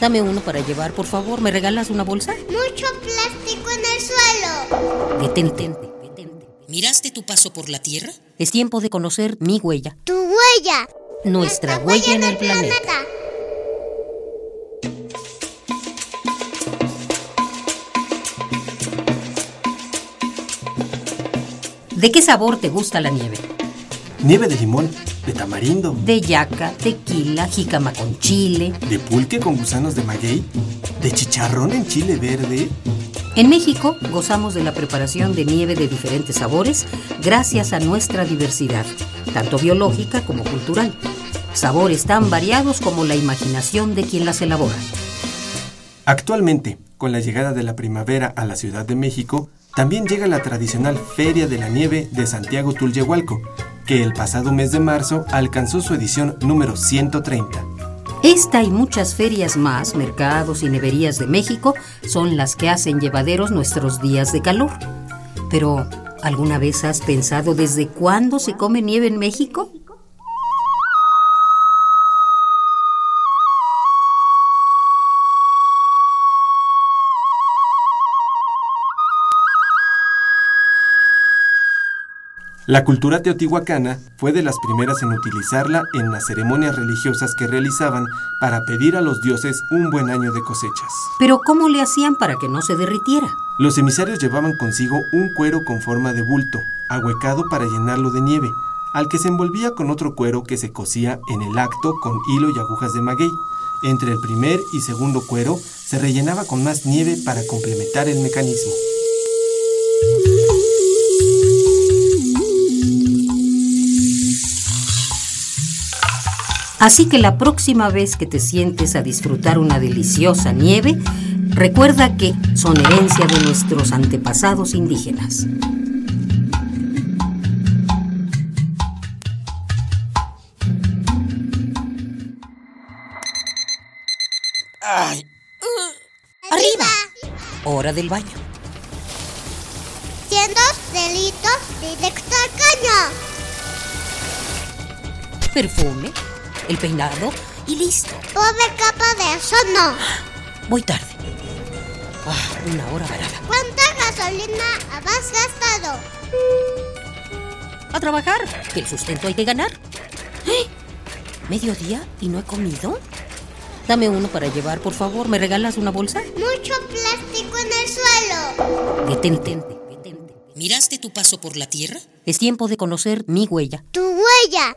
Dame uno para llevar, por favor. ¿Me regalas una bolsa? Mucho plástico en el suelo. Detente. ¿Miraste tu paso por la Tierra? Es tiempo de conocer mi huella, Tu huella. nuestra La huella en el planeta. ¿De qué sabor te gusta la nieve? Nieve de limón, de tamarindo, De yaca, tequila, jícama con chile. de pulque con gusanos de maguey, de chicharrón en chile verde. En México gozamos de la preparación de nieve de diferentes sabores gracias a nuestra diversidad, tanto biológica como cultural. Sabores tan variados como la imaginación de quien las elabora. Actualmente, con la llegada de la primavera a la Ciudad de México, también llega la tradicional Feria de la Nieve de Santiago Tulyehualco, que el pasado mes de marzo alcanzó su edición número 130. Esta y muchas ferias más, mercados y neverías de México son las que hacen llevaderos nuestros días de calor. Pero, ¿alguna vez has pensado desde cuándo se come nieve en México? La cultura teotihuacana fue de las primeras en utilizarla en las ceremonias religiosas que realizaban para pedir a los dioses un buen año de cosechas. Pero ¿cómo le hacían para que no se derritiera? Los emisarios llevaban consigo un cuero con forma de bulto, ahuecado para llenarlo de nieve, al que se envolvía con otro cuero que se cosía en el acto con hilo y agujas de maguey. Entre el primer y segundo cuero se rellenaba con más nieve para complementar el mecanismo. Así que la próxima vez que te sientes a disfrutar una deliciosa nieve, recuerda que son herencia de nuestros antepasados indígenas. ¡Arriba! Hora del baño. Siendo delitos directo al caño. Perfume, el peinado y listo. Pobre capa de eso no. Voy tarde. Ah, una hora varada. ¿Cuánta gasolina has gastado? A trabajar, que el sustento hay que ganar. ¡Eh! ¿Mediodía y no he comido? Dame uno para llevar, por favor. ¿Me regalas una bolsa? Mucho plástico en el suelo. Detente. ¿Miraste tu paso por la Tierra? Es tiempo de conocer mi huella, Tu huella.